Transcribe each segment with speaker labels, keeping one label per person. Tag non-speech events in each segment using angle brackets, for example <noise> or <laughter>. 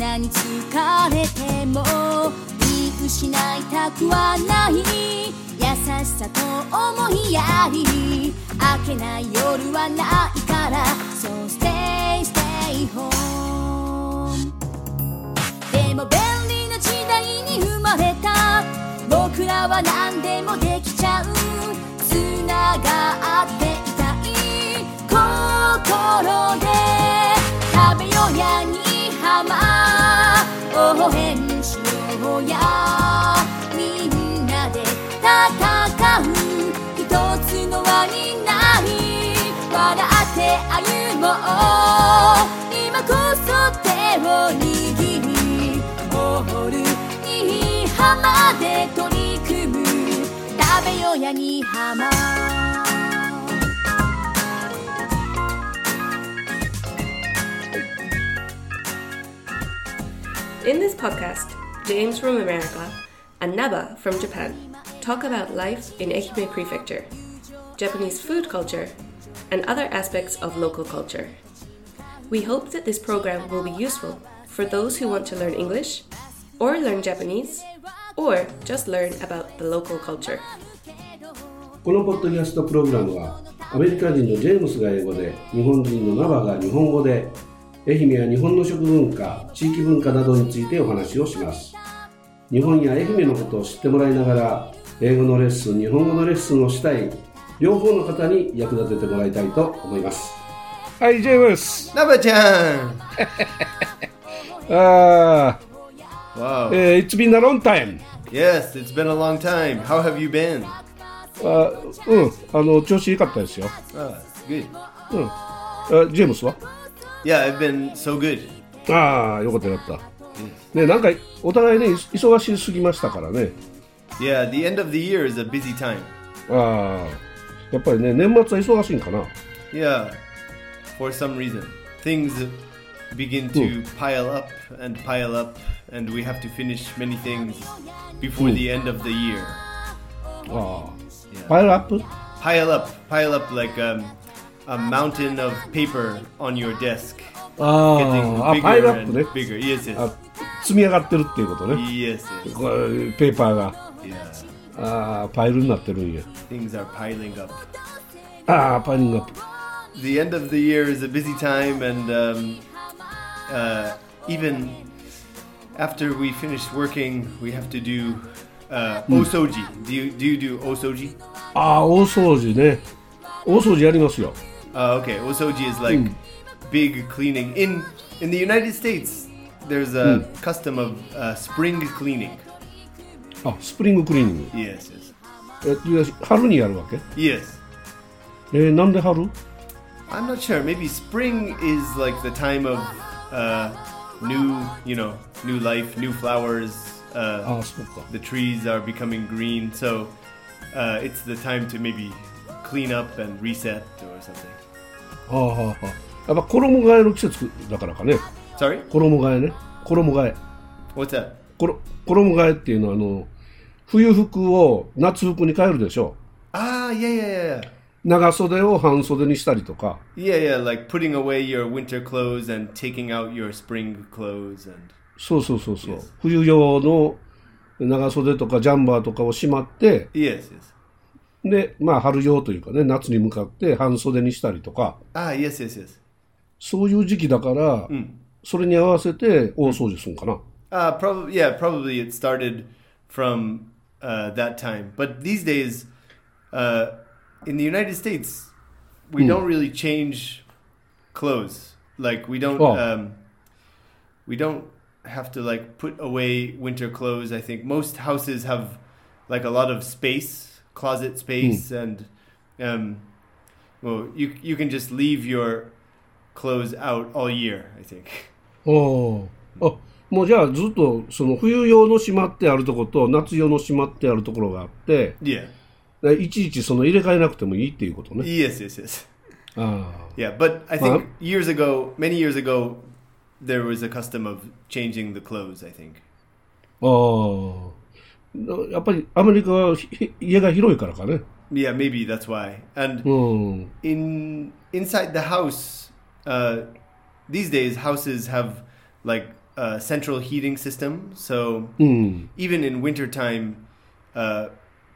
Speaker 1: 疲れても見失いたくはない優しさと思いやり明けない夜はないから So stay stay home でも便利な時代に生まれた僕らは何でもできちゃうつながっていたい心で食べようやにはま応援しようやみんなで戦う一つの輪になり笑って歩もう今こそ手を握りゴール新居浜で取り組む食べよや新居浜
Speaker 2: In this podcast, James from America and Naba from Japan talk about life in Ehime Prefecture, Japanese food culture, and other aspects of local culture. We hope that this program will be useful for those who want to learn English, or learn Japanese, or just learn about the local culture.
Speaker 3: このポッドキャストプログラムはアメリカ人のジェームスが英語で日本人のナバが日本語で愛媛や日本の食文化地域文化などについてお話をします日本や愛媛のことを知ってもらいながら英語のレッスン日本語のレッスンをしたい両方の方に役立ててもらいたいと思います
Speaker 4: はい、ジェームス。
Speaker 5: ナバちゃん
Speaker 4: あ
Speaker 5: Wow.
Speaker 4: ー、えー、It's been a long time。
Speaker 5: Yes, it's been a long time. How have you been?
Speaker 4: あーうん、あの、調子良かったですよ。
Speaker 5: Ah, good.
Speaker 4: うん。あジェームスは
Speaker 5: Yeah, I've been so good.
Speaker 4: ああ、よかったよかった。ね、なんか、お互いね、い忙しすぎましたからね。
Speaker 5: Yeah, the end of the year is a busy time.
Speaker 4: ああ、やっぱりね、年末は忙しいんかな。
Speaker 5: Yeah, for some reason. Things begin to pile up and pile up, and we have to finish many things before the end of the year.
Speaker 4: ああ、パイルアップ
Speaker 5: Pile up, pile up like um, a mountain of paper on your desk.
Speaker 4: あ
Speaker 5: Getting
Speaker 4: あ、あ
Speaker 5: bigger
Speaker 4: パイルアッ
Speaker 5: and
Speaker 4: プね。
Speaker 5: bigger. Yes, yes.
Speaker 4: あ積み上がってるっていうことね。
Speaker 5: Yes, yes.
Speaker 4: これペーパーが。
Speaker 5: Yeah.
Speaker 4: ああ、パイルになってるんや。
Speaker 5: Things are piling up.
Speaker 4: ああ、パイルアップ。
Speaker 5: the end of the year is a busy time, and um, uh, even after we finish working, we have to do uh, osoji. Do you do you do osoji?
Speaker 4: ああ、大掃除ね。大掃除やりますよ。
Speaker 5: Uh, okay, osoji is like big cleaning. In in the United States, there's a custom of uh, spring cleaning.
Speaker 4: あ、スプリングクリーニング。
Speaker 5: Yes, yes,
Speaker 4: えいや春にやるわけ
Speaker 5: yes.
Speaker 4: えーなんで春
Speaker 5: I'm not sure. Maybe spring is like the time of uh, new, you know, new life, new flowers. Uh,
Speaker 4: ああ、そうか。
Speaker 5: the trees are becoming green, so uh, it's the time to maybe clean up and reset or something.
Speaker 4: はあはあはあ。やっぱ衣替えの季節だからかね。
Speaker 5: Sorry,
Speaker 4: 衣替えね。衣替え。
Speaker 5: what's that?
Speaker 4: ころ衣替えっていうのは、あの、冬服を夏服に変えるでしょ。
Speaker 5: Ah, yeah, yeah, yeah, yeah.
Speaker 4: 長袖を半袖にしたりとか。
Speaker 5: Yeah, yeah, like putting away your winter clothes and taking out your spring clothes and
Speaker 4: そうそうそうそう。冬用の長袖とかジャンバーとかをしまって、
Speaker 5: yes, yes.
Speaker 4: で、まあ春用というかね、夏に向かって半袖にしたりとか。
Speaker 5: Ah, yes, yes, yes.
Speaker 4: そういう時期だから、それに合わせて大掃除するんかな。
Speaker 5: Uh, probably, yeah, probably it started from uh, that time. But these days, uh, in the United States, we don't really change clothes. Like we don't,
Speaker 4: Oh.
Speaker 5: um, we don't have to like put away winter clothes. I think most houses have like a lot of space, closet space, and um, well, you you can just leave your clothes out all year. I think. <laughs>
Speaker 4: おあもうじゃあずっとその冬用のしまってあるとこと夏用のしまってあるところがあって
Speaker 5: Yeah.
Speaker 4: いちいちその入れ替えなくてもいいっていうことね
Speaker 5: Yes. Yes. Yes.
Speaker 4: あ
Speaker 5: Yeah, but I think
Speaker 4: Well-
Speaker 5: years ago, many years ago, there was a custom of changing the clothes. I think.
Speaker 4: あああやっぱりアメリカはひひ家が広いからかね
Speaker 5: Yeah, maybe that's why. And
Speaker 4: Hmm. うん、
Speaker 5: in inside the house, uh, these days houses have like uh, central heating system. So
Speaker 4: うん。
Speaker 5: even in wintertime, uh,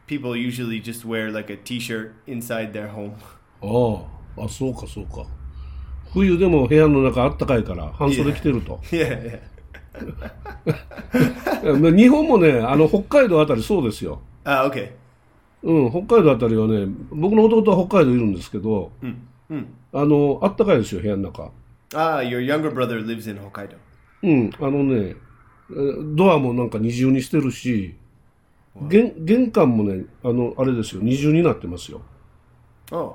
Speaker 5: people usually just wear like a t-shirt inside their home. <laughs>
Speaker 4: ああ、あ、そうかそうか。冬でも部屋の中あったかいから半袖着てると。
Speaker 5: yeah, yeah.
Speaker 4: えまあ日本もね、あの北海道あたりそうですよ。
Speaker 5: Ah, okay.
Speaker 4: うん、北海道あたりはね、僕の弟は北海道いるんですけど、あの、あったかいですよ、部屋の中。
Speaker 5: Hmm. Ah, your younger brother lives in Hokkaido.
Speaker 4: うん、あのね、えドアもなんか二重にしてるし、玄玄関もね、あの、あれですよ、二重になってますよ。
Speaker 5: Oh,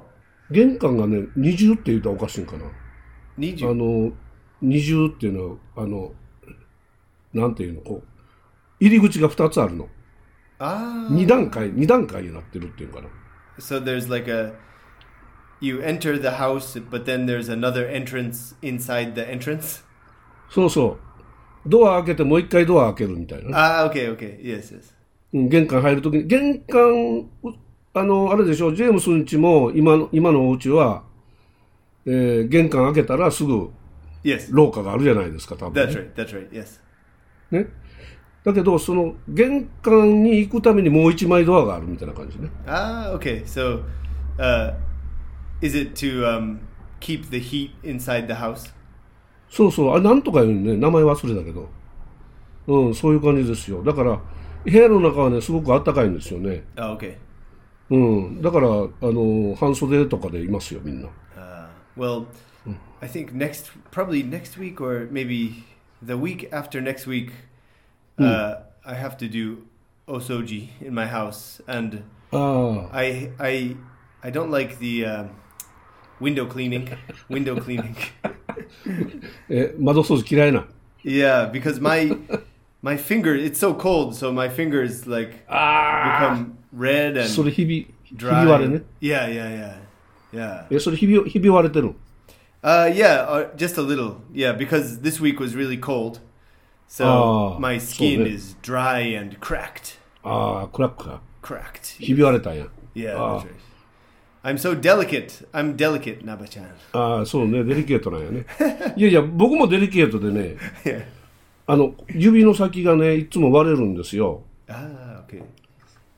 Speaker 4: 玄関がね、二重って言うとおかしいんかな。
Speaker 5: need
Speaker 4: あ
Speaker 5: you.
Speaker 4: の、二重っていうのは、あの、なんていうの、こう、入り口が二つあるの。
Speaker 5: Ah,
Speaker 4: 二段階、二段階になってるっていうのかな。
Speaker 5: so there's like a you enter the house, but then there's another entrance inside the entrance.
Speaker 4: そうそう。ドア開けてもう一回ドア開けるみたいなね。
Speaker 5: Ah, okay, okay. Yes, yes.
Speaker 4: うん玄関入るときに、玄関、うあの、あれでしょ、ジェームスんちも、今の、今のお家は、えー玄関開けたらすぐ
Speaker 5: Yes.
Speaker 4: 廊下があるじゃないですか、多分、
Speaker 5: That's
Speaker 4: ね。
Speaker 5: right. That's right. Yes.
Speaker 4: ね。だけど、その、玄関に行くためにもう一枚ドアがあるみたいな感じね。
Speaker 5: Ah, okay. So, uh, is it to um, keep the heat inside the house?
Speaker 4: そうそう、あれ、なんとか言うね、名前忘れたけど。うん、そういう感じですよ。だから、部屋の中はね、すごく暖かいんですよね。
Speaker 5: Oh, okay.
Speaker 4: うん。だから、あの、半袖とかでいますよ、みんな。
Speaker 5: Uh, well, I think next, probably next week or maybe the week after next week, uh, I have to do osoji in my house, and
Speaker 4: ああ、
Speaker 5: I, I, I don't like the um window cleaning. Window cleaning.
Speaker 4: え、窓掃除嫌いな。
Speaker 5: yeah, because my my finger, it's so cold, so my fingers like
Speaker 4: ああ。
Speaker 5: become red
Speaker 4: それ
Speaker 5: and
Speaker 4: ひび、ひび
Speaker 5: dry.
Speaker 4: 割れね。
Speaker 5: Yeah, yeah, yeah, yeah.
Speaker 4: え、それひび、ひび割れてるの
Speaker 5: Uh, yeah, uh, just a little. Yeah, because this week was really cold, so
Speaker 4: Ah,
Speaker 5: my
Speaker 4: so
Speaker 5: skin
Speaker 4: then-
Speaker 5: is dry and cracked,
Speaker 4: ああ、クラックか。
Speaker 5: cracked.
Speaker 4: ひび割れたんや。
Speaker 5: Yeah,
Speaker 4: Ah.
Speaker 5: that's right. I'm so delicate. I'm delicate, Nabachan.
Speaker 4: ああ、そうね、デリケートなんやね。いやいや、僕もデリケートでね、
Speaker 5: yeah.
Speaker 4: あの、指の先がね、いつも割れるんですよ。
Speaker 5: Ah, okay.
Speaker 4: こ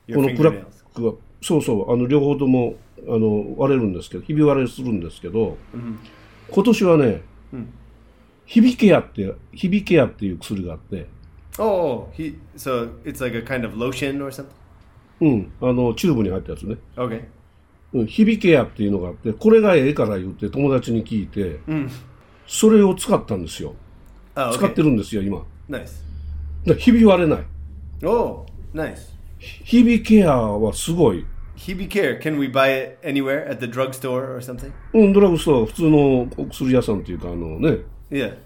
Speaker 5: Your
Speaker 4: のクラッ
Speaker 5: fingernails.
Speaker 4: クが。そうそう、あの、両方とも、あの、割れるんですけど、ひび割れするんですけど、今年はね、響けやって、響けやっていう薬があって、
Speaker 5: Oh, he. So it's like a kind of lotion or something.
Speaker 4: うん、あの、チューブに入ったやつね。
Speaker 5: Okay.
Speaker 4: うん、響けやっていうのがあって、これがええから言って友達に聞いて、それを使ったんですよ。
Speaker 5: Oh,
Speaker 4: 使ってる
Speaker 5: okay.
Speaker 4: んですよ、今。だか
Speaker 5: Nice.
Speaker 4: らひび割れない。
Speaker 5: Oh, nice.
Speaker 4: ひびケアはすごい。
Speaker 5: Hebe Care. Can we buy it anywhere at the drugstore or something?
Speaker 4: うん、ドラッグストア、普通のお薬屋さんっていうか、あのね、
Speaker 5: Yeah.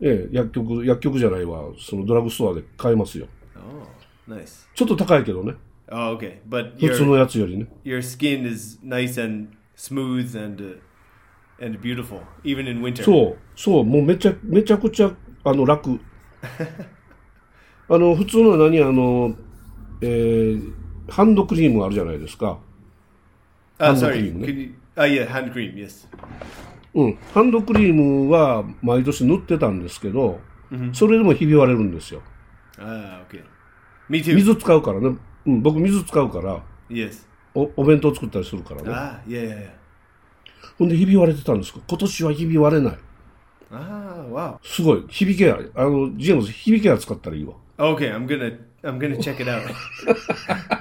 Speaker 4: ええ、薬局、薬局じゃないわ、そのドラッグストアで買えますよ。
Speaker 5: Oh, nice.
Speaker 4: ちょっと高いけどね。
Speaker 5: Oh, okay. But
Speaker 4: 普
Speaker 5: you're.
Speaker 4: 通のやつよりね。
Speaker 5: your skin is nice and smooth and uh, and beautiful even in winter.
Speaker 4: そう、そう、もうめちゃ、めちゃくちゃ、あの、 <laughs> 楽。あの、普通の何、あの、えーハンドクリームあるじゃないですか。
Speaker 5: Uh,
Speaker 4: hand
Speaker 5: sorry.
Speaker 4: cream,
Speaker 5: Can you? Ah, yeah, hand cream. Yes.
Speaker 4: うん、ハンドクリームは毎年塗ってたんですけど、それでもひび割れるんですよ。
Speaker 5: Ah, okay. Me too.
Speaker 4: 水使うからね、うん、僕水使うから
Speaker 5: Yes.
Speaker 4: お、お弁当作ったりするからね。
Speaker 5: Ah, yeah, yeah, yeah.
Speaker 4: ほんでひび割れてたんですけど、今年はひび割れない。
Speaker 5: Ah, wow.
Speaker 4: すごい、ひびケア、あの、ジェームズ、ひびケア使ったらいいわ。
Speaker 5: Okay, I'm gonna I'm gonna check
Speaker 4: <laughs>
Speaker 5: it out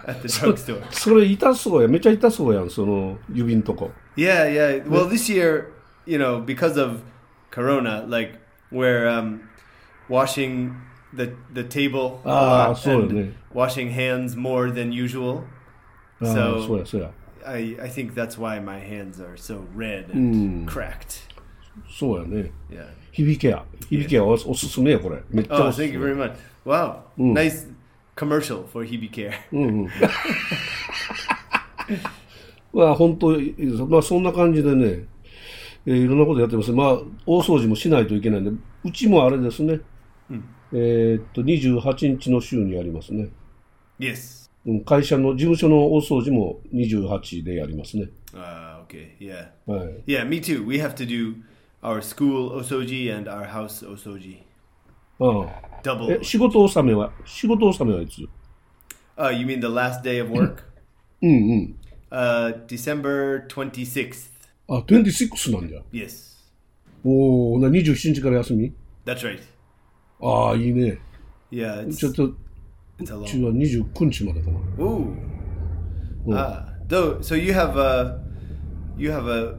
Speaker 5: at the drugstore.
Speaker 4: それ痛そうや、めちゃ痛そうやん、その指んとこ。
Speaker 5: Yeah, yeah. Well, this year, you know, because of Corona, like we're um, washing the the table a
Speaker 4: Ah,
Speaker 5: lot
Speaker 4: so,
Speaker 5: and
Speaker 4: yeah.
Speaker 5: washing hands more than usual.
Speaker 4: ああ
Speaker 5: So-
Speaker 4: そうや、そうや。
Speaker 5: I, I think that's why my hands are so red
Speaker 4: Mm.
Speaker 5: and cracked.
Speaker 4: そうやね。
Speaker 5: Yeah.
Speaker 4: ひびケア、ひびケアおおすすめや、これ。めっちゃ
Speaker 5: Oh,
Speaker 4: おすす
Speaker 5: thank you
Speaker 4: め。
Speaker 5: very much. Wow. Nice commercial for Hebe Care.
Speaker 4: まあ、本当、いいですまあ、そんな感じでね、えーいろんなことやってます。まあ、大掃除もしないといけないんで、うちもあれですね、えーっと、28日の週にやりますね。
Speaker 5: <laughs> Yes.
Speaker 4: うん会社の、事務所の大掃除も28でやりますね。
Speaker 5: Uh, okay. Yeah.
Speaker 4: はい。
Speaker 5: Yeah, me too. We have to do our school osoji and our house osoji.
Speaker 4: うん。
Speaker 5: double.
Speaker 4: え、仕事納めは、仕事納めはいつ
Speaker 5: Uh, you mean the last day of work?
Speaker 4: うんうん。
Speaker 5: uh, December 26th.
Speaker 4: あ、26なんじゃ。
Speaker 5: Yes,
Speaker 4: おお、な27日から休み
Speaker 5: that's right.
Speaker 4: ああ、いいね。
Speaker 5: Yeah, it's,
Speaker 4: ちょっと、う
Speaker 5: it's a
Speaker 4: ち
Speaker 5: long.
Speaker 4: は29日までかな。
Speaker 5: Ooh.
Speaker 4: Ooh.
Speaker 5: Ah, though. So you have a you have a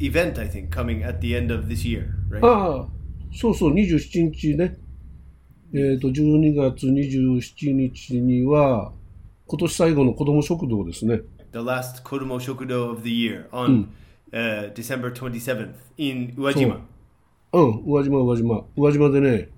Speaker 5: event, I think, coming at the end of this year, right?
Speaker 4: ああ、そうそう、27日ね。えっ、と、12月27日には、今年最後の子ども食堂ですね。
Speaker 5: The last Kodomo Shokudo of the year on uh, December 27th in Uwajima.
Speaker 4: うん、宇和島、宇和島。宇和島でね、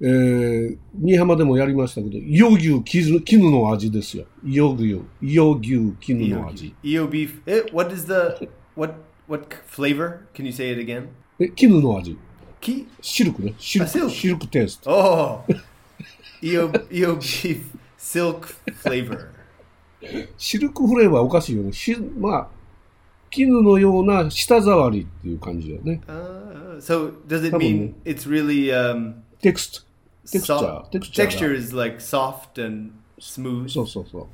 Speaker 4: えー、新居浜でもやりましたけど、伊予牛絹絹の味ですよ。伊予牛、伊予牛絹
Speaker 5: EO,
Speaker 4: の味。
Speaker 5: EO beef. Eh, what is the what what c- flavor? Can you say it again?
Speaker 4: え、絹の味。
Speaker 5: Ki.
Speaker 4: シルクね。シル
Speaker 5: あシル
Speaker 4: ク、
Speaker 5: ク
Speaker 4: シルクテイスト。
Speaker 5: <laughs> Oh. EO EO beef silk flavor.
Speaker 4: シルクフレーバーおかしいよね。し、まあ、絹のような舌触りっていう感じだよね。
Speaker 5: Uh, so does it
Speaker 4: Probably.
Speaker 5: mean it's really um
Speaker 4: テクスト。テクスチャー。
Speaker 5: soft?
Speaker 4: テクスチャーが
Speaker 5: Texture is like soft and smooth.
Speaker 4: そうそうそ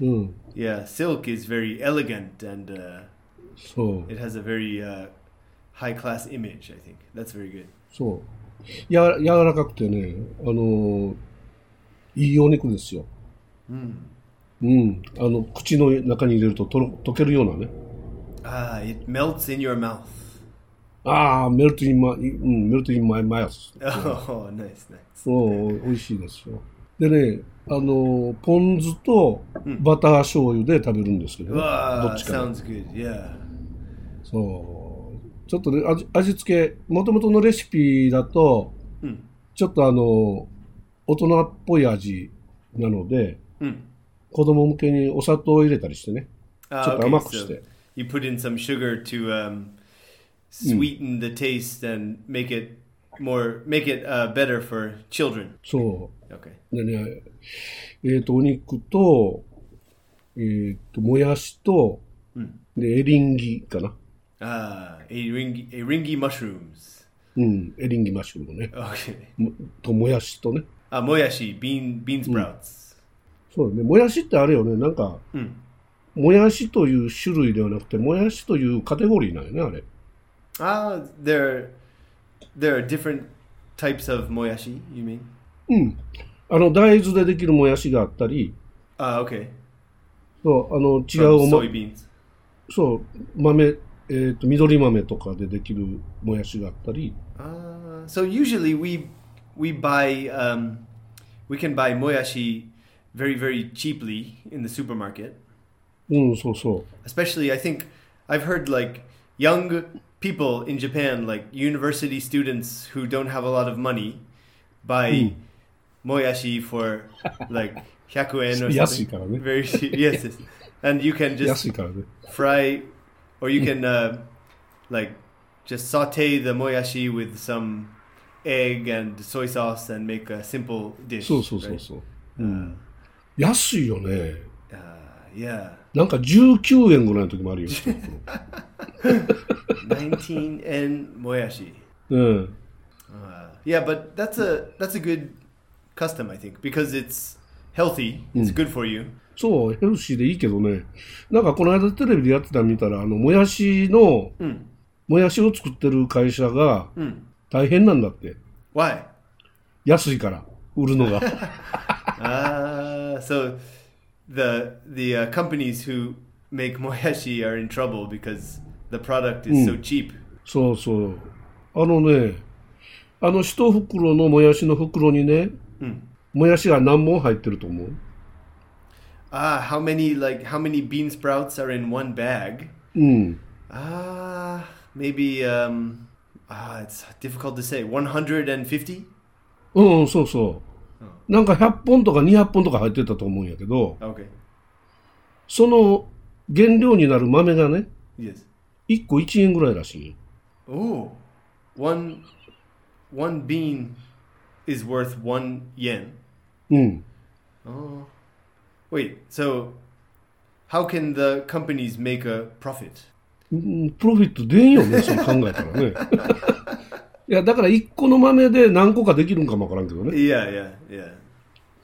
Speaker 4: う。うん。
Speaker 5: Yeah, silk is very elegant and uh,
Speaker 4: そう。
Speaker 5: it has a very uh, high class image. I think that's very good.
Speaker 4: そう。やわ柔らかくてね、あのーいいお肉ですよ。うん。あの、口の中に入れるととろ溶けるようなね。
Speaker 5: Ah, it melts in your mouth. <laughs>
Speaker 4: ああ、メルトインマ、うん、メルトインマイマイス。
Speaker 5: Oh, nice, nice.
Speaker 4: そう、美味しいですよ。でね、あのーポン酢とバター醤油で食べるんですけど、ねど
Speaker 5: Wow,
Speaker 4: っちかな。
Speaker 5: Ah, sounds good. Yeah.
Speaker 4: そう。ちょっとね、味味付け、もともとのレシピだと、
Speaker 5: うん
Speaker 4: ちょっとあの、大人っぽい味なので、
Speaker 5: Mm.
Speaker 4: 子供向けにお砂糖を入れたりしてね。
Speaker 5: Ah,
Speaker 4: ちょっと
Speaker 5: okay,
Speaker 4: 甘くして。
Speaker 5: so you put in some sugar to um, sweeten the taste and make it more, make it uh, better for children.
Speaker 4: そ
Speaker 5: Okay.
Speaker 4: う。でね、えっ、と、お肉と、えっ、と、もやしと、で、エリンギかな。
Speaker 5: Ah, eringi, eringi mushrooms. <laughs>
Speaker 4: うん、エリンギマッシュルもね。
Speaker 5: Okay.
Speaker 4: もと、もやしとね。
Speaker 5: Ah, moyashi, bean, bean sprouts.
Speaker 4: そうだね。もやしってあれよね、なんか、もやしという種類ではなくて、もやしというカテゴリーなんよね、あれ。
Speaker 5: Ah, there, there are different types of moyashi. You mean?
Speaker 4: あの、大豆でできるもやしがあったり、
Speaker 5: Ah, okay.
Speaker 4: そう、あの、違
Speaker 5: From
Speaker 4: うおま、
Speaker 5: soybeans.
Speaker 4: そう、豆、えっ、と、緑豆とかでできるもやしがあったり、
Speaker 5: Uh, so usually we we buy um, we can buy moyashi very very cheaply in the supermarket.
Speaker 4: うん、そうそう。
Speaker 5: Especially, I think I've heard like young people in Japan, like university students who don't have a lot of money, buy moyashi for like 100 yen or something.
Speaker 4: 安いからね。
Speaker 5: Very cheap. yes, yes. and you can just
Speaker 4: 安いからね。
Speaker 5: fry, or you can uh, like just saute the moyashi with some egg and soy sauce and make a simple dish.
Speaker 4: そうそうそう
Speaker 5: right?
Speaker 4: そう。うん。安いよね。
Speaker 5: Uh, yeah,
Speaker 4: なんか19円ぐらいの時もあるよ。 <laughs>
Speaker 5: nineteen and moyashi.
Speaker 4: うん。
Speaker 5: Uh, yeah, but that's a that's a good custom, I think, because it's healthy. It's good for you.
Speaker 4: そう、ヘルシーでいいけどね。なんかこの間テレビでやってたの見たら、あの、もやしの、
Speaker 5: ん
Speaker 4: もやしを作ってる会社が、大変なんだって。
Speaker 5: Why?
Speaker 4: 安いから、売る <laughs> のが。
Speaker 5: Uh, so the the uh, companies who make moyashi are in trouble because the product is so cheap.
Speaker 4: そうそう。あのね、あの一袋のもやしの袋にね、もやしが何本入ってると思う
Speaker 5: Ah, how many like how many bean sprouts are in one bag?
Speaker 4: うん。
Speaker 5: Ah, maybe um ah, it's difficult to say. 150?
Speaker 4: うん、そうそう。なんか100本とか200本とか入ってたと思うんやけど、
Speaker 5: Okay.
Speaker 4: その原料になる豆がね、
Speaker 5: Yes.
Speaker 4: 1個1円ぐらいらしいよ。
Speaker 5: Oh, one one bean is worth 1 yen. Hmm.
Speaker 4: うん。
Speaker 5: Oh. Wait, so how can the companies make a profit?
Speaker 4: <laughs> うんプロフィット出んよね、そう考えたらね。いや、だから1個の豆で何個かできるんかもわからんけどね。
Speaker 5: Yeah, yeah, yeah.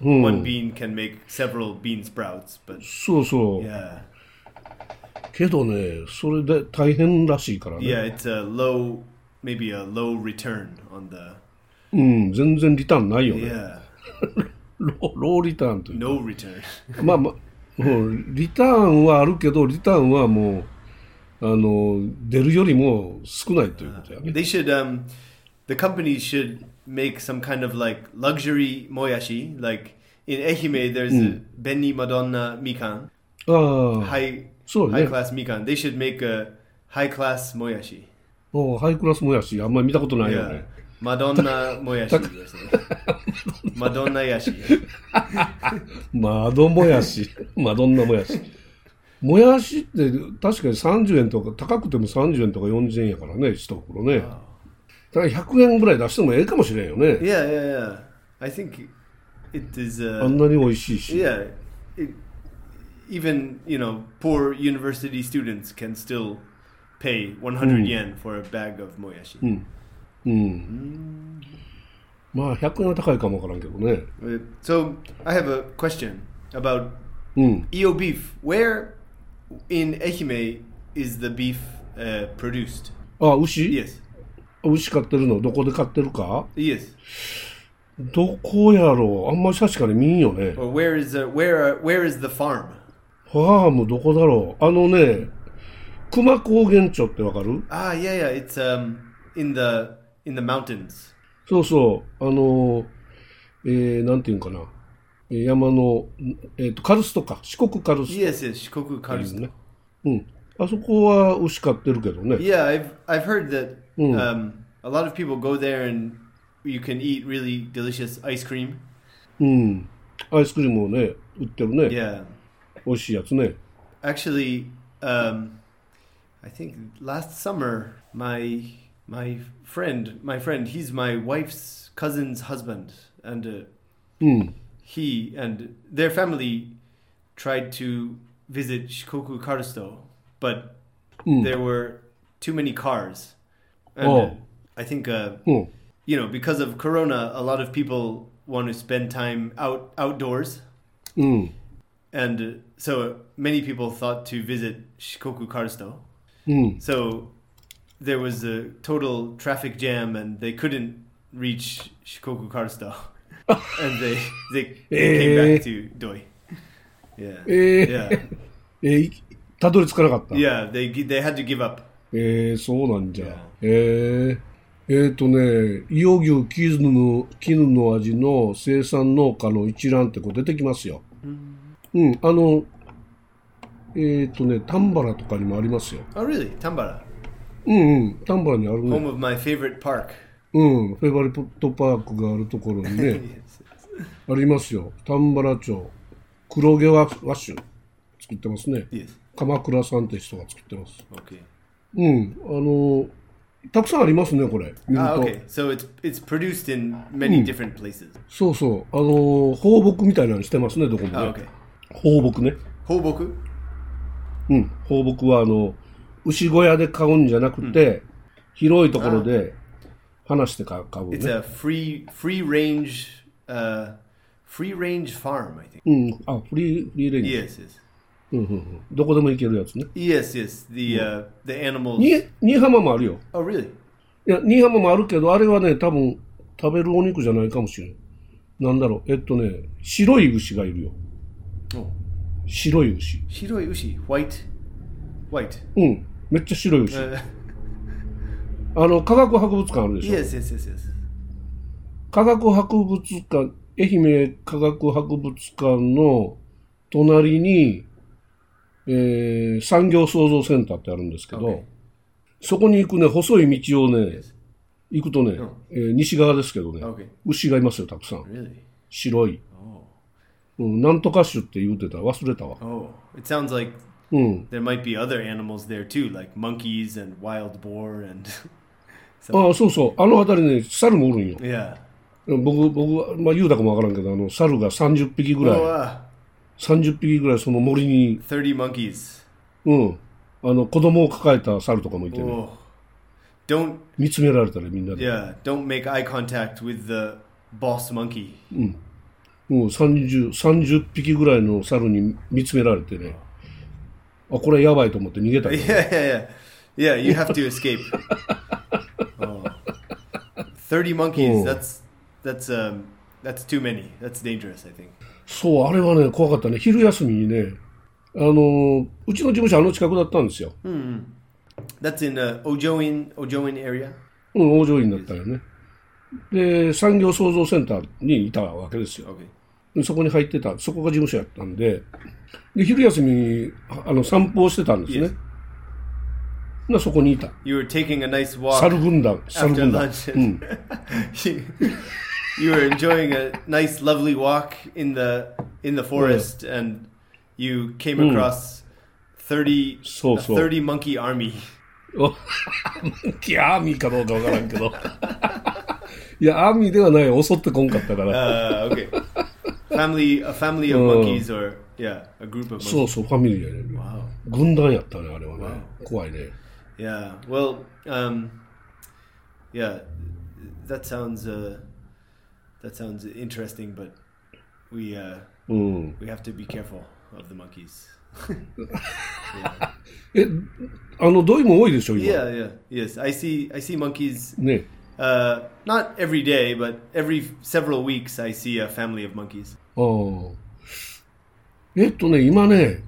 Speaker 5: Hmm.
Speaker 4: う
Speaker 5: One
Speaker 4: ん。
Speaker 5: bean can make several bean sprouts, but
Speaker 4: そうそう。
Speaker 5: yeah,
Speaker 4: けどね、それで大変らしいからね。
Speaker 5: yeah, it's a low, maybe a low return on the
Speaker 4: うん、全然リターンないよね。
Speaker 5: yeah,
Speaker 4: ロローリターンという。
Speaker 5: no return. <laughs>
Speaker 4: まあまあ、うんリターンはあるけど、リターンはもう、あの、出るよりも少ないということやね。
Speaker 5: They should, um, the company should make some kind of like luxury moyashi. Like in Ehime, there's a Benny Madonna Mikan,
Speaker 4: ああ、
Speaker 5: high,
Speaker 4: そうだ
Speaker 5: high
Speaker 4: ね。
Speaker 5: class Mikan. They should make a high class moyashi.
Speaker 4: おハイクラスもやし、あんまり見たことないよ
Speaker 5: Yeah.
Speaker 4: ね。
Speaker 5: Madonna moyashi. or something. Madonna yashi.
Speaker 4: マドもやし、 <laughs> マドンナもやし。もやしって確かに30円とか、高くても30円とか40円やからね、一袋ね。だから100円ぐらい出してもええかもしれんよね。
Speaker 5: Yeah, yeah, yeah. I think it is.
Speaker 4: あ
Speaker 5: Uh,
Speaker 4: んなに美味しいし。
Speaker 5: yeah, it, even you know, poor university students can still pay 100 yen for a bag of moyashi.
Speaker 4: うん。まあ100円は高いかもわからんけどね。
Speaker 5: Uh, So I have a question about
Speaker 4: うん。
Speaker 5: EO beef. Where in Ehime is the beef uh, produced?
Speaker 4: あ、牛
Speaker 5: Yes,
Speaker 4: 牛飼ってるのどこで飼ってるか
Speaker 5: yes.
Speaker 4: どこやろうあんまり確かに見んよね。
Speaker 5: Or where is the where are, where is the farm?
Speaker 4: ああ、もうどこだろうあのね、熊高原町ってわかる
Speaker 5: Ah, yeah, yeah. It's um in the in the mountains.
Speaker 4: そうそう、あのー、えー、なんていうんかな。えー山の、んえっ、と、カルストか。四国カルス
Speaker 5: Yes, yes. Shikoku
Speaker 4: トってい
Speaker 5: Karusta.
Speaker 4: うね。うん。あそこは牛飼ってるけどね。
Speaker 5: Yeah, I've I've heard that
Speaker 4: Mm.
Speaker 5: um, a lot of people go there and you can eat really delicious ice cream.
Speaker 4: うん。アイスクリームをね、売ってるね。
Speaker 5: Yeah,
Speaker 4: 美味しいやつね。
Speaker 5: actually, um, I think last summer my my friend my friend he's my wife's cousin's husband and uh,
Speaker 4: うん。
Speaker 5: he and their family tried to visit Shikoku Karusto, but there were too many cars. And
Speaker 4: Oh.
Speaker 5: I think uh,
Speaker 4: うん。
Speaker 5: you know, because of Corona, a lot of people want to spend time out outdoors,
Speaker 4: うん。
Speaker 5: and uh, so many people thought to visit Shikoku Karusto.
Speaker 4: うん。
Speaker 5: So there was a total traffic jam, and they couldn't reach Shikoku Karusto, and they they, they came
Speaker 4: Eh.
Speaker 5: back to Doi. Yeah,
Speaker 4: Eh.
Speaker 5: yeah,
Speaker 4: えーいたどり着かなかった。
Speaker 5: yeah. They gi- they had to give up.
Speaker 4: えー、そうなんじゃ。
Speaker 5: いや
Speaker 4: えー、えーとね、伊予牛絹の絹の味の生産農家の一覧ってこう出てきますよ。うん、あの、えーとね、丹原とかにもありますよ。
Speaker 5: Oh, really? Tambara,
Speaker 4: うんうん、丹原にあるね
Speaker 5: home。of my favorite park.
Speaker 4: うん、フェイバリットパークがあるところにね、
Speaker 5: Yes.
Speaker 4: ありますよ。丹原町、黒毛和和種作ってますね。
Speaker 5: Yes.
Speaker 4: 鎌倉さんって人が作ってます。
Speaker 5: Okay.
Speaker 4: うん、あの、たくさんありますね、これ。見ると
Speaker 5: Ah, okay. So it's it's produced in many different places.
Speaker 4: そうそう、あのー放牧みたいなのしてますね、どこもね。
Speaker 5: Ah, okay.
Speaker 4: 放牧ね。
Speaker 5: Hoboku.
Speaker 4: うん。放牧は、あの、牛小屋で買うんじゃなくて、広いところで、話して買う買う
Speaker 5: It's
Speaker 4: ね。
Speaker 5: a free free range uh, free range farm, I think.
Speaker 4: うん。あ、フリー、フリーレンジ。
Speaker 5: Yes, yes.
Speaker 4: うんうんうん。どこでも行けるやつね。
Speaker 5: Yes, yes. The uh, the animals.
Speaker 4: に、新居浜もあるよ。
Speaker 5: Oh, really?
Speaker 4: いや、新居浜もあるけど、あれはね、多分、食べるお肉じゃないかもしれん。なんだろう。えっとね、白い牛がいるよ。
Speaker 5: Oh.
Speaker 4: 白い牛。
Speaker 5: Shiroi ushi, white, white.
Speaker 4: うん。めっちゃ白い牛。
Speaker 5: Uh,
Speaker 4: あの、科学博物館あるでしょ。
Speaker 5: <laughs> yes, yes, yes, yes.
Speaker 4: 科学博物館、愛媛科学博物館の隣に、えー産業創造センターってあるんですけど、
Speaker 5: Okay.
Speaker 4: そこに行くね、細い道をね、行くとね、えー西側ですけどね、
Speaker 5: Okay.
Speaker 4: 牛がいますよ、たくさん。
Speaker 5: Really?
Speaker 4: 白い。
Speaker 5: Oh.
Speaker 4: うん、なんとか種って言うてた。忘れたわ。
Speaker 5: Oh. It sounds like
Speaker 4: うん。
Speaker 5: there might be other animals there too, like monkeys and wild boar and <laughs>
Speaker 4: ああ、そうそう。あの辺りね、猿もおるんよ。
Speaker 5: yeah.
Speaker 4: 僕、僕、まあ、言うたかもわからんけど、あの、猿が30匹ぐ
Speaker 5: Oh,
Speaker 4: らい、
Speaker 5: uh,
Speaker 4: 30匹ぐらいその森に、
Speaker 5: thirty monkeys.
Speaker 4: うん。あの、子供を抱えた猿とかもいてね。
Speaker 5: Oh. don't
Speaker 4: 見つめられたらみんなで。
Speaker 5: yeah don't make eye contact with the boss monkey
Speaker 4: もう30、30匹ぐらいの猿に見つめられてね。あ、これやばいと思って逃げたけど
Speaker 5: <laughs> yeah yeah yeah yeah you have to escape oh. 30
Speaker 4: Oh.
Speaker 5: monkeys that's that's um that's too many that's dangerous i think
Speaker 4: そう、あれはね、怖かったね。昼休みにね、あの、うちの事務所あの近くだったんですよ。
Speaker 5: that's in uh, ojoin ojoin area
Speaker 4: うん、大上院だったよね。で、産業創造センターにいたわけですよ。
Speaker 5: okay
Speaker 4: そこに入ってた、そこが事務所やったんで、で昼休みにあの散歩をしてたんですね。なそこにいた。
Speaker 5: you were taking a nice walk
Speaker 4: 猿軍団、猿
Speaker 5: after
Speaker 4: 軍団。
Speaker 5: lunch. and you, <laughs> you were enjoying a nice, lovely walk in the in the forest, and you came across thirty
Speaker 4: So,
Speaker 5: a
Speaker 4: so.
Speaker 5: thirty monkey army.
Speaker 4: おいや、アーミーかどうかわからんけど。いや、アーミーではない、襲ってこんかったから。
Speaker 5: Uh, okay, family a family of monkeys or yeah a group of monkeys. Oh,
Speaker 4: そうそう、ファミリーやね。
Speaker 5: Wow.
Speaker 4: 軍団やったね、あれはね。怖いね。
Speaker 5: Yeah. Well. Um, yeah. That sounds. Uh, that sounds interesting, but we uh,
Speaker 4: うん。
Speaker 5: we have to be careful of the monkeys.
Speaker 4: え、あの、土井も多いでしょ、今。
Speaker 5: Yeah, yeah, yes. I see. I see monkeys.
Speaker 4: ね。
Speaker 5: Uh, not every day, but every several weeks, I see a family of monkeys.
Speaker 4: ああ。えっとね、今ね、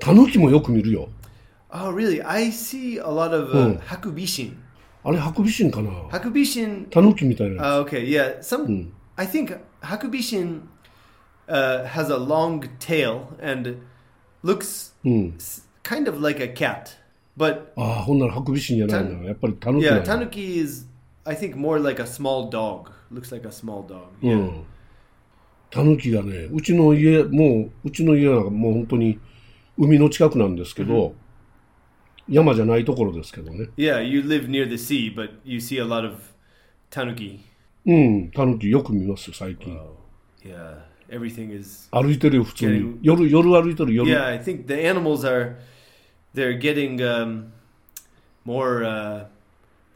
Speaker 4: タヌキもよく見るよ。
Speaker 5: Oh, really? I see a lot of
Speaker 4: Hmm.
Speaker 5: uh, hakubishin.
Speaker 4: あれ、ハクビシンかな
Speaker 5: Hakubishin.
Speaker 4: タヌキみたいなや
Speaker 5: Uh, okay, yeah. Some. I think hakubishin uh, has a long tail and looks s- kind of like a cat, but
Speaker 4: つ。ああ、ほんならハクビシンじゃない
Speaker 5: タ
Speaker 4: な。やっぱりタヌキ
Speaker 5: yeah,
Speaker 4: なんや
Speaker 5: tanuki is I think more like a small dog. Looks like a small dog.
Speaker 4: う
Speaker 5: Yeah.
Speaker 4: ん。タヌキがね、うちの家、もう、うちの家はもう本当に海の近くなんですけど、山じゃないところですけどね。
Speaker 5: Yeah, you live near the sea, but you see a lot of tanuki.
Speaker 4: うん、タヌキよく見ますよ、最近。
Speaker 5: Oh, yeah. Everything is.
Speaker 4: 歩いてるよ、普通
Speaker 5: いや
Speaker 4: に。夜、夜歩いてる、夜。
Speaker 5: Yeah, I think the animals are. They're getting um, more. Uh,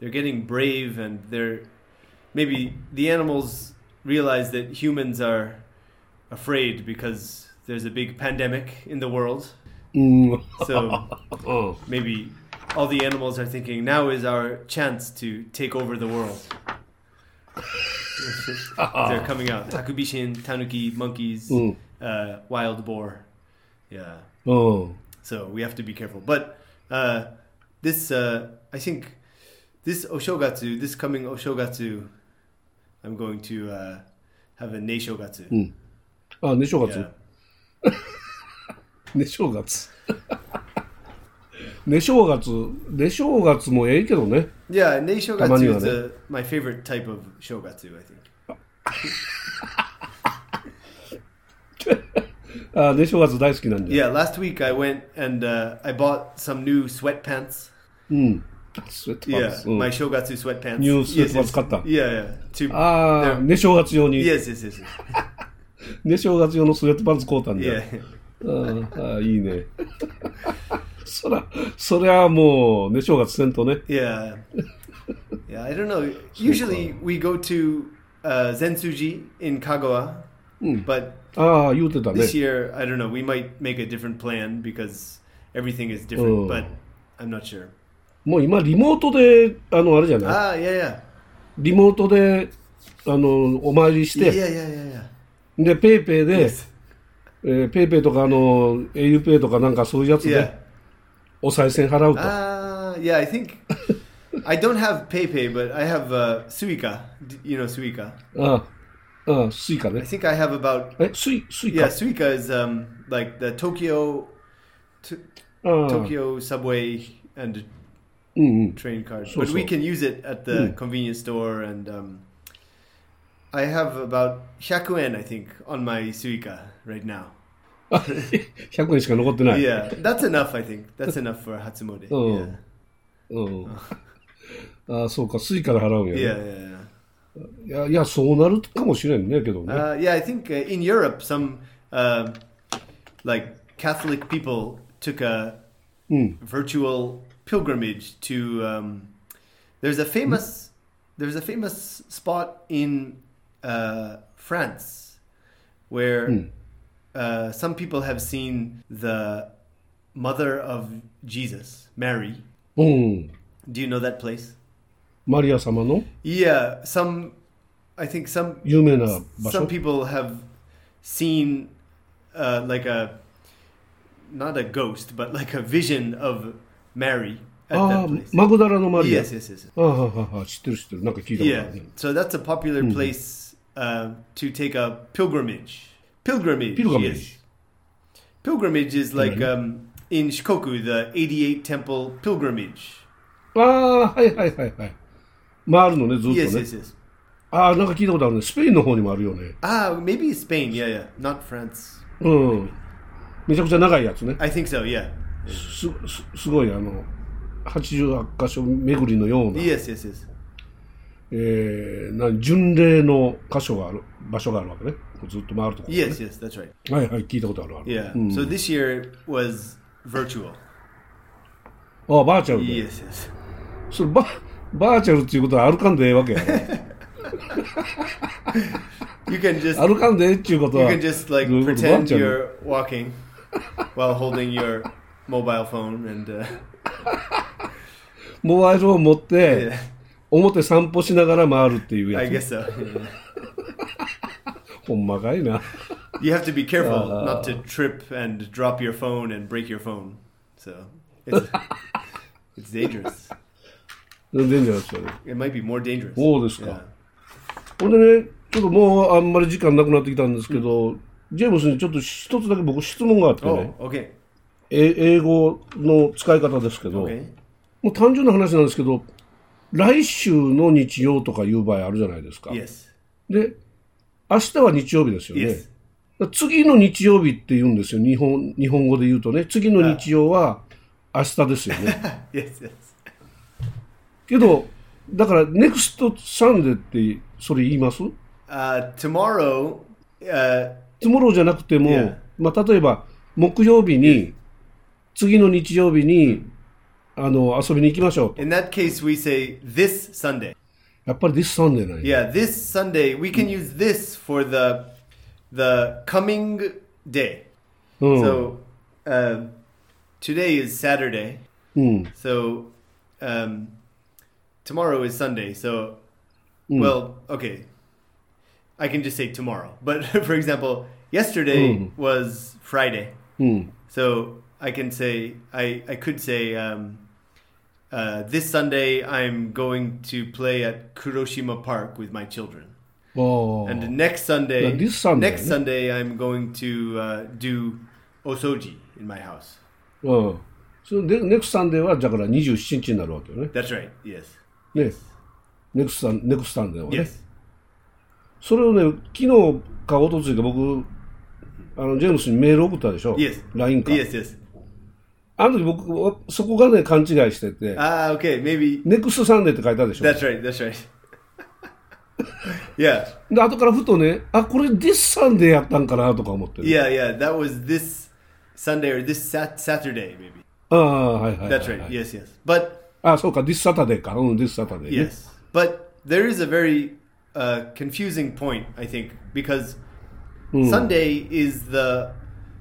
Speaker 5: they're getting brave, and they're maybe the animals realize that humans are afraid because there's a big pandemic in the world.
Speaker 4: うん。うん。
Speaker 5: So maybe all the animals are thinking now is our chance to take over the world. They're coming out. Takubishin, tanuki, monkeys,
Speaker 4: Mm.
Speaker 5: uh, wild boar. Yeah.
Speaker 4: うん。
Speaker 5: So we have to be careful. But uh, this, uh, I think, this Oshogatsu, this coming Oshogatsu, I'm going to uh, have a Neishogatsu.
Speaker 4: あ、ね、正月
Speaker 5: Yeah.
Speaker 4: ね正月 <laughs> ね正月ね正月もええけどね
Speaker 5: Yeah, Nei Shogatsu
Speaker 4: たまにはね。
Speaker 5: is uh my favorite type of Shogatsu, I think.
Speaker 4: あね正月大好きなんで
Speaker 5: Yeah, last week I went and uh, I bought some new sweatpants.
Speaker 4: スウェットパン
Speaker 5: Yeah,
Speaker 4: ツ、うん
Speaker 5: my Shogatsu sweatpants.
Speaker 4: New
Speaker 5: Yes, yes.
Speaker 4: sweatpants買った。
Speaker 5: Yeah, yeah. To,
Speaker 4: ああ
Speaker 5: they're-
Speaker 4: ね正月用に
Speaker 5: Yes, yes, yes. yes.
Speaker 4: ね正月用のスウェットパンツ買うたんだ
Speaker 5: Yeah. <laughs>
Speaker 4: ようんああいいねそらそりゃもうね正月せんとね
Speaker 5: Yeah. Yeah, I don't know. Usually we go to uh, Zensuji in Kagawa, but
Speaker 4: ああ言うてたね
Speaker 5: this year, I don't know, we might make a different plan because everything is
Speaker 4: Oh.
Speaker 5: different, but I'm not sure.
Speaker 4: もう今リモートであのあれじゃない
Speaker 5: Ah, yeah, yeah.
Speaker 4: リモートであのお参りして
Speaker 5: Yeah, yeah, yeah, yeah.
Speaker 4: で、ペイペイで、えーペイペイとかあの、au ペイとかなんかそういうやつ
Speaker 5: Yeah.
Speaker 4: で、お賽銭払うと。
Speaker 5: Uh, yeah, I think I don't have PayPay, but I have uh, Suica. D- You know Suica.
Speaker 4: ああ、ああ、スイカ
Speaker 5: I
Speaker 4: ね。
Speaker 5: think I have about
Speaker 4: え、スイ、スイカ
Speaker 5: yeah. Suica is um like the Tokyo, t-
Speaker 4: ああ
Speaker 5: Tokyo subway and train card.
Speaker 4: So,
Speaker 5: but we
Speaker 4: so.
Speaker 5: can use it at the convenience store, and um, I have about 100 yen, I think, on my Suica right now.
Speaker 4: <laughs> 100円しか残ってない。
Speaker 5: Yeah, that's enough. I think that's enough for Hatsumode.
Speaker 4: Oh.
Speaker 5: Yeah.
Speaker 4: うん。ああ、そうか、スイカで払うんやね。
Speaker 5: yeah, yeah, yeah.
Speaker 4: いや、いや、そうなるかもしれんね、けどね。
Speaker 5: Uh, yeah, I think uh, in Europe, some uh, like Catholic people took a virtual pilgrimage to um, There's a famous there's a famous spot in uh, France where uh, some people have seen the mother of Jesus, Mary.
Speaker 4: うん。
Speaker 5: Do you know that place?
Speaker 4: マリア様の
Speaker 5: Yeah, some I think some
Speaker 4: 有名な場
Speaker 5: some
Speaker 4: 所。
Speaker 5: people have seen uh, like a not a ghost but like a vision of Mary at
Speaker 4: あ
Speaker 5: that
Speaker 4: あ
Speaker 5: place.、Oh,
Speaker 4: マグダラのマリア。
Speaker 5: yes, yes, yes.
Speaker 4: ああ、はあはあ、知ってる知ってる。なんか聞いたことあ
Speaker 5: Yeah.
Speaker 4: る、ね。
Speaker 5: So that's a popular place uh, to take a pilgrimage.
Speaker 4: Pilgrimage.
Speaker 5: Pilgrimage. yes. Pilgrimage is like um, in Shikoku the 88 temple pilgrimage.
Speaker 4: ああ、はいはいはいはい。回るのね、ずっ
Speaker 5: Yes,
Speaker 4: とね
Speaker 5: yes,。yes.
Speaker 4: ああ、なんか聞いたことあるね。スペインの方にもあるよね。
Speaker 5: Ah, maybe it's Spain. Yeah, yeah. Not France.
Speaker 4: うん。めちゃくちゃ長いやつね。
Speaker 5: I think so. Yeah.
Speaker 4: す、すすごい、あの、88箇所巡りのような、
Speaker 5: Yes, yes, yes.
Speaker 4: えー、な巡礼の箇所がある、場所があるわけね。こうずっと回るとこ、ね。
Speaker 5: Yes, yes. That's right.
Speaker 4: はいはい、聞いたことあるある。
Speaker 5: Yeah. So this year was virtual.
Speaker 4: ああ、バーチャルで。
Speaker 5: Yes, yes.
Speaker 4: それバ、バーチャルっていうことは歩かんでええわけやろ。
Speaker 5: You can just
Speaker 4: 歩かんでええっていうこと
Speaker 5: you
Speaker 4: は。
Speaker 5: can just like
Speaker 4: どういうことバー
Speaker 5: pretend
Speaker 4: チャル
Speaker 5: you're walking while holding your mobile phone and uh,
Speaker 4: モバイルを持って、
Speaker 5: yeah,
Speaker 4: 表散歩しながら回るっていう
Speaker 5: <laughs> I
Speaker 4: や
Speaker 5: guess so. Yeah.
Speaker 4: つ。ほんまかいな。
Speaker 5: You have to be careful not to trip and drop your phone and break your phone. So <laughs> it's it's dangerous.
Speaker 4: 全然じゃないですよね。
Speaker 5: It might be more dangerous.
Speaker 4: そうですか。
Speaker 5: Yeah.
Speaker 4: ほんでね、ちょっともうあんまり時間なくなってきたんですけど、ジェームスにちょっと一つだけ僕質問があってね
Speaker 5: Oh,、okay.
Speaker 4: え英語の使い方ですけど、
Speaker 5: Okay.
Speaker 4: もう単純な話なんですけど、来週の日曜とかいう場合あるじゃないですか。
Speaker 5: Yes.
Speaker 4: で、明日は日曜日ですよね。
Speaker 5: Yes. <laughs>
Speaker 4: 次の日曜日って言うんですよ。日本、日本語で言うとね。次の日曜は明日ですよね。
Speaker 5: Yes. Yes.
Speaker 4: けど、だから、ネクストサンデーって、それ言います
Speaker 5: Uh, tomorrow. Uh,
Speaker 4: つもろじゃなくても、
Speaker 5: Yeah.
Speaker 4: まあ、例えば、木曜日に、次の日曜日に、あの、遊びに行きましょうと。
Speaker 5: In that case, we say this Sunday.
Speaker 4: やっぱり This Sunday なんや。
Speaker 5: Yeah, this Sunday. We can use this for the the coming day.
Speaker 4: うん。
Speaker 5: So uh, today is Saturday.
Speaker 4: うん。
Speaker 5: So um, tomorrow is Sunday. So well, okay. I can just say tomorrow. But <laughs> for example, yesterday was Friday.
Speaker 4: うん。
Speaker 5: So I can say I I could say um, uh, this Sunday I'm going to play at Kuroshima Park with my children,
Speaker 4: ああ。
Speaker 5: and next
Speaker 4: Yeah,
Speaker 5: Sunday,
Speaker 4: Oh. this Sunday,
Speaker 5: next
Speaker 4: yeah.
Speaker 5: Sunday I'm going to uh, do osoji in my house.
Speaker 4: うん。それで、ネクストサンデーは、だから27日になるわけよね。
Speaker 5: That's right. Yes.
Speaker 4: ね。ネクストサン、ネクストサンデーはね。
Speaker 5: Yes.
Speaker 4: それをね、昨日か一昨日か僕、あの、ジェームスにメール送ったでしょ
Speaker 5: Yes.
Speaker 4: ?LINE か。
Speaker 5: Yes. Yes.
Speaker 4: あの時僕、そこがね、勘違いしてて、
Speaker 5: Ah. Okay. Maybe.
Speaker 4: ネクストサンデーって書いたでしょ
Speaker 5: That's right. That's right. <laughs> yeah.
Speaker 4: で、後からふとね、あ、これ This サンデーやったんかなとか思って、
Speaker 5: Yeah. Yeah. That was this Sunday or this sat- Saturday maybe.
Speaker 4: ああ、はいはいはい、はい。
Speaker 5: That's right. Yes. Yes. But
Speaker 4: あ、そうか、This Saturday か。うん、This Saturday、ね。
Speaker 5: Yes, but there is a very uh, confusing point, I think, because Sunday is the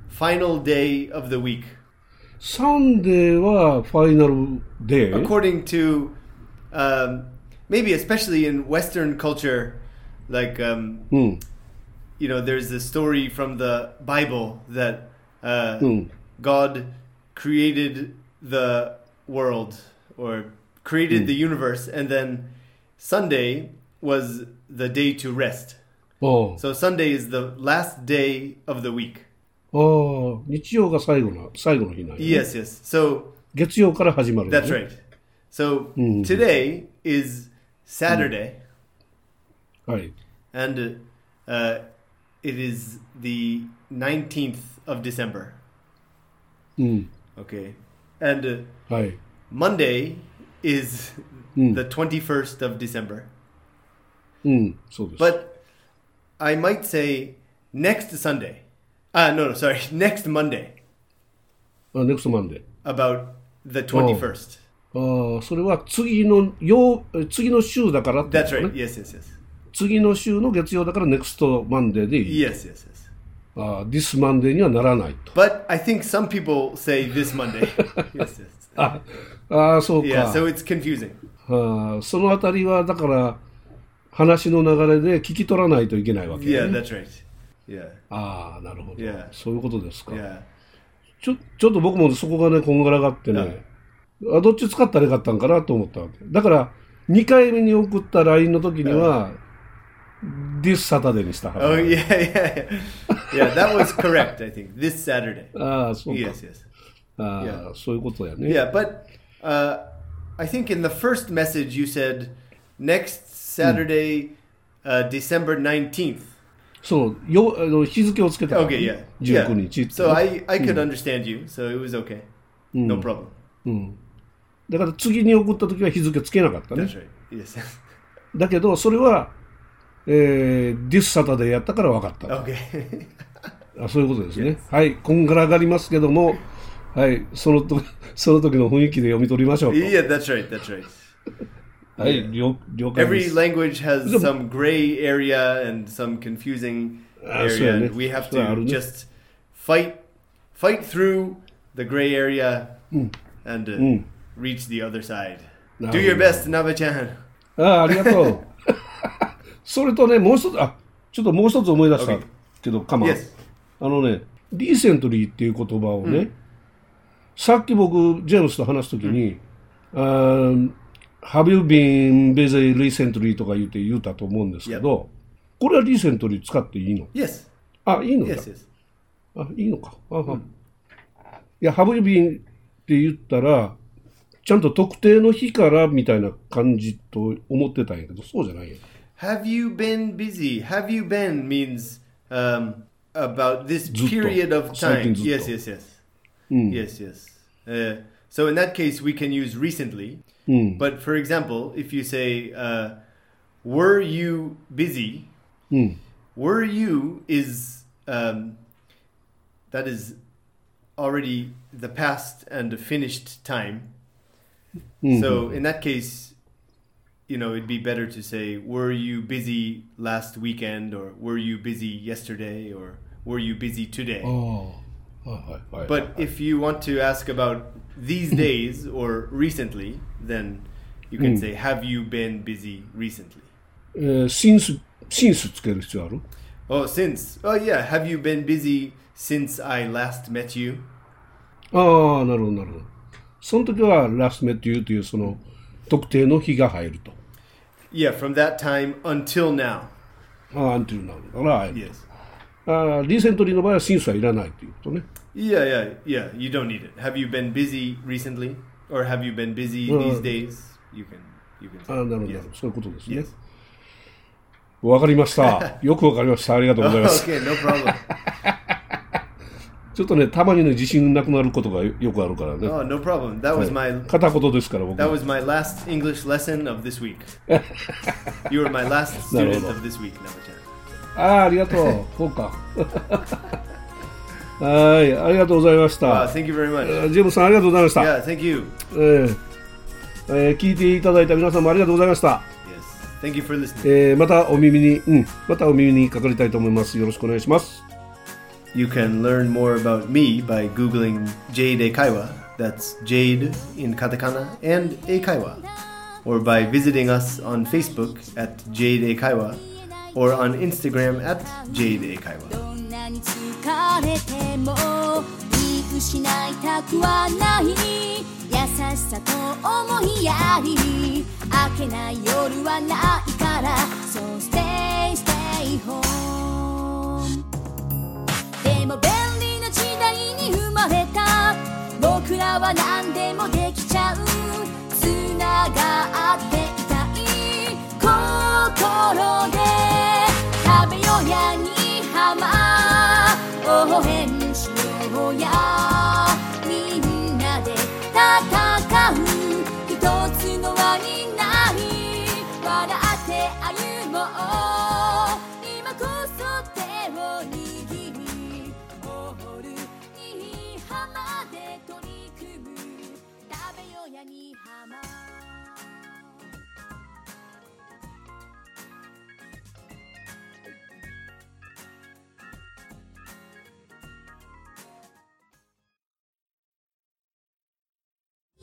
Speaker 5: final day of the week,
Speaker 4: サンデーはファイナルデー
Speaker 5: according to um, maybe especially in Western culture, like um,
Speaker 4: うん。
Speaker 5: you know, there's a story from the Bible that uh, God created the world or created the universe, and then Sunday was the day to rest.
Speaker 4: おう
Speaker 5: So Sunday is the last day of the week.
Speaker 4: ああ、日曜が最後の、最後の日なんやね
Speaker 5: Yes, yes. So
Speaker 4: 月曜から始まるのね、
Speaker 5: that's right. So today is Saturday,
Speaker 4: はい。
Speaker 5: and uh, it is the 19th of December.
Speaker 4: うん。
Speaker 5: Okay. And uh,
Speaker 4: はい。
Speaker 5: Monday is
Speaker 4: Mm.
Speaker 5: the 21st of December.
Speaker 4: うん、そうです。
Speaker 5: But I might say next Sunday. Uh, no, no, <laughs> sorry. Next Monday
Speaker 4: あ、ネクストマンデー。
Speaker 5: about the 21st.
Speaker 4: ああ、それは次の曜、次の週だからってこと
Speaker 5: That's
Speaker 4: ね
Speaker 5: right. Yes, yes, yes.
Speaker 4: 次の週の月曜だから next Monday でいい。
Speaker 5: Yes, yes, yes.
Speaker 4: ああ、this Monday にはならないと。
Speaker 5: But I think some people say this Monday. yes, yes.
Speaker 4: あああ、そうか。
Speaker 5: Yeah, so it's confusing.
Speaker 4: ああそのあたりは、だから、話の流れで聞き取らないといけないわけ、ね。
Speaker 5: Yeah, that's right. Yeah,
Speaker 4: ああ、なるほど。
Speaker 5: Yeah.
Speaker 4: そういうことですか。
Speaker 5: yeah.
Speaker 4: ちょちょっと僕もそこがね、こんがらがってね、あどっち使ったらよかったんかなと思ったわけ。だから、2回目に送った LINE の時には、This Saturday にしたはず
Speaker 5: Oh, yeah, <laughs> yeah, yeah. Yeah, that was correct, I think. This Saturday.
Speaker 4: ああ、そうか。
Speaker 5: Yes, yes.
Speaker 4: ああ
Speaker 5: Yeah.
Speaker 4: そういうことやね。
Speaker 5: Yeah, but uh, I think in the first message you said next Saturday, uh, December 19th.
Speaker 4: そう、よあの日付をつけたからね、
Speaker 5: Okay, yeah.
Speaker 4: 19
Speaker 5: yeah.
Speaker 4: 日ってね、
Speaker 5: So I, I could understand you, so it was okay. No problem.
Speaker 4: だから次に送った時は日付つけなかったね
Speaker 5: That's。right. Yes. <laughs>
Speaker 4: だけど、それは、えー、This Saturday やったから分かった。
Speaker 5: okay. <laughs>
Speaker 4: あそういうことですね。はい、こんがらがりますけども、はい、そのとその時の雰囲気で読み取りましょうと。
Speaker 5: yeah, that's right. That's right.
Speaker 4: はい、了了解で
Speaker 5: Every
Speaker 4: す。
Speaker 5: language has some gray area and some confusing
Speaker 4: そうや
Speaker 5: area,
Speaker 4: ね
Speaker 5: and we have
Speaker 4: そうある
Speaker 5: to
Speaker 4: ね
Speaker 5: just fight, fight through the gray area, and uh, reach the other side. Do
Speaker 4: なる
Speaker 5: your
Speaker 4: ほど。
Speaker 5: best, Nava-chan.
Speaker 4: ああ、ありがと
Speaker 5: <laughs>
Speaker 4: う。それとね、もう一つ、あちょっともう一つ思い出した
Speaker 5: Okay.
Speaker 4: けど、かま、
Speaker 5: Yes.
Speaker 4: あのね、リーセントリーっていう言葉をね、さっき僕、ジェームスと話すときに、あー Have you been busy recently? とか言って言うたと思うんですけど、これはリーセントリー使っていいの
Speaker 5: Yes.
Speaker 4: あ、いいのか
Speaker 5: Yes. Yes.
Speaker 4: あ、いいのか。あ、はいいや、ハブビンって言ったら、ちゃんと特定の日からみたいな感じと思ってたんやけど、そうじゃないやん。
Speaker 5: Have you been busy? Have you been means um, about this
Speaker 4: ずっと。
Speaker 5: period of time.
Speaker 4: 最近ずっと。
Speaker 5: Yes, yes, yes. Yes, yes. Uh, so in that case, we can use recently. But for example, if you say, uh, were you busy? Were you is, um, that is already the past and finished time. So in that case, you know, it'd be better to say, were you busy last weekend or were you busy yesterday or were you busy today?
Speaker 4: Oh. あはいはいはい。
Speaker 5: But if you want to ask about these days or recently, then you can say, have you been busy recently?
Speaker 4: えー、シンス、シンスつける必要ある
Speaker 5: Oh, since. Oh, yeah. Have you been busy since I last met you?
Speaker 4: ああ、なるほど、なるほど。その時は、ラスメっていうという、その、特定の日が入ると。
Speaker 5: Yeah, from that time until now.
Speaker 4: ああ、アンティルなるから、入る
Speaker 5: Yes.
Speaker 4: ああ、リーセントリーの場合は、シンスはいらないということね。
Speaker 5: Yeah, yeah, yeah. You don't need it. Have you been busy recently, or have you been busy these
Speaker 4: Uh,
Speaker 5: days? You can, you can.
Speaker 4: ああ、なるほど、な
Speaker 5: Yes.
Speaker 4: るほど。そういうことですね
Speaker 5: Yes.。
Speaker 4: わかりま <laughs> した。よくわかりました。ありがとうござい <laughs> ます。
Speaker 5: okay, no problem.
Speaker 4: ちょっとね、たまにね、自信なくなることがよよくあるからね。
Speaker 5: Oh, no problem. That was my
Speaker 4: 片言ですから、僕。
Speaker 5: that was my last English lesson of this week. you were my last student
Speaker 4: Naruhodo.
Speaker 5: of this week, Namajan.
Speaker 4: ああ、ありがとう。そうか。 <laughs> はい、ありがとうございました。
Speaker 5: Wow, Uh, thank you very much.
Speaker 4: ジェームスさん、ありがとうございました。
Speaker 5: Yeah, thank you.
Speaker 4: えーえー聞いていただいた皆さんもありがとうございました。
Speaker 5: Yes, thank you for listening.
Speaker 4: えーまたお耳に、うん、またお耳にかかりたいと思います。よろしくお願いします。
Speaker 5: You can learn more about me by googling Jade Eikaiwa. That's Jade in katakana and Eikaiwa. Or by visiting us on Facebook at Jade Eikaiwa or on Instagram at Jade Eikaiwa.
Speaker 1: どんなに疲れても見失いたくはない優しさと思いやり明けない夜はないから So stay stay home でも便利な時代に生まれた僕らは何でもできちゃうつながっていたい心で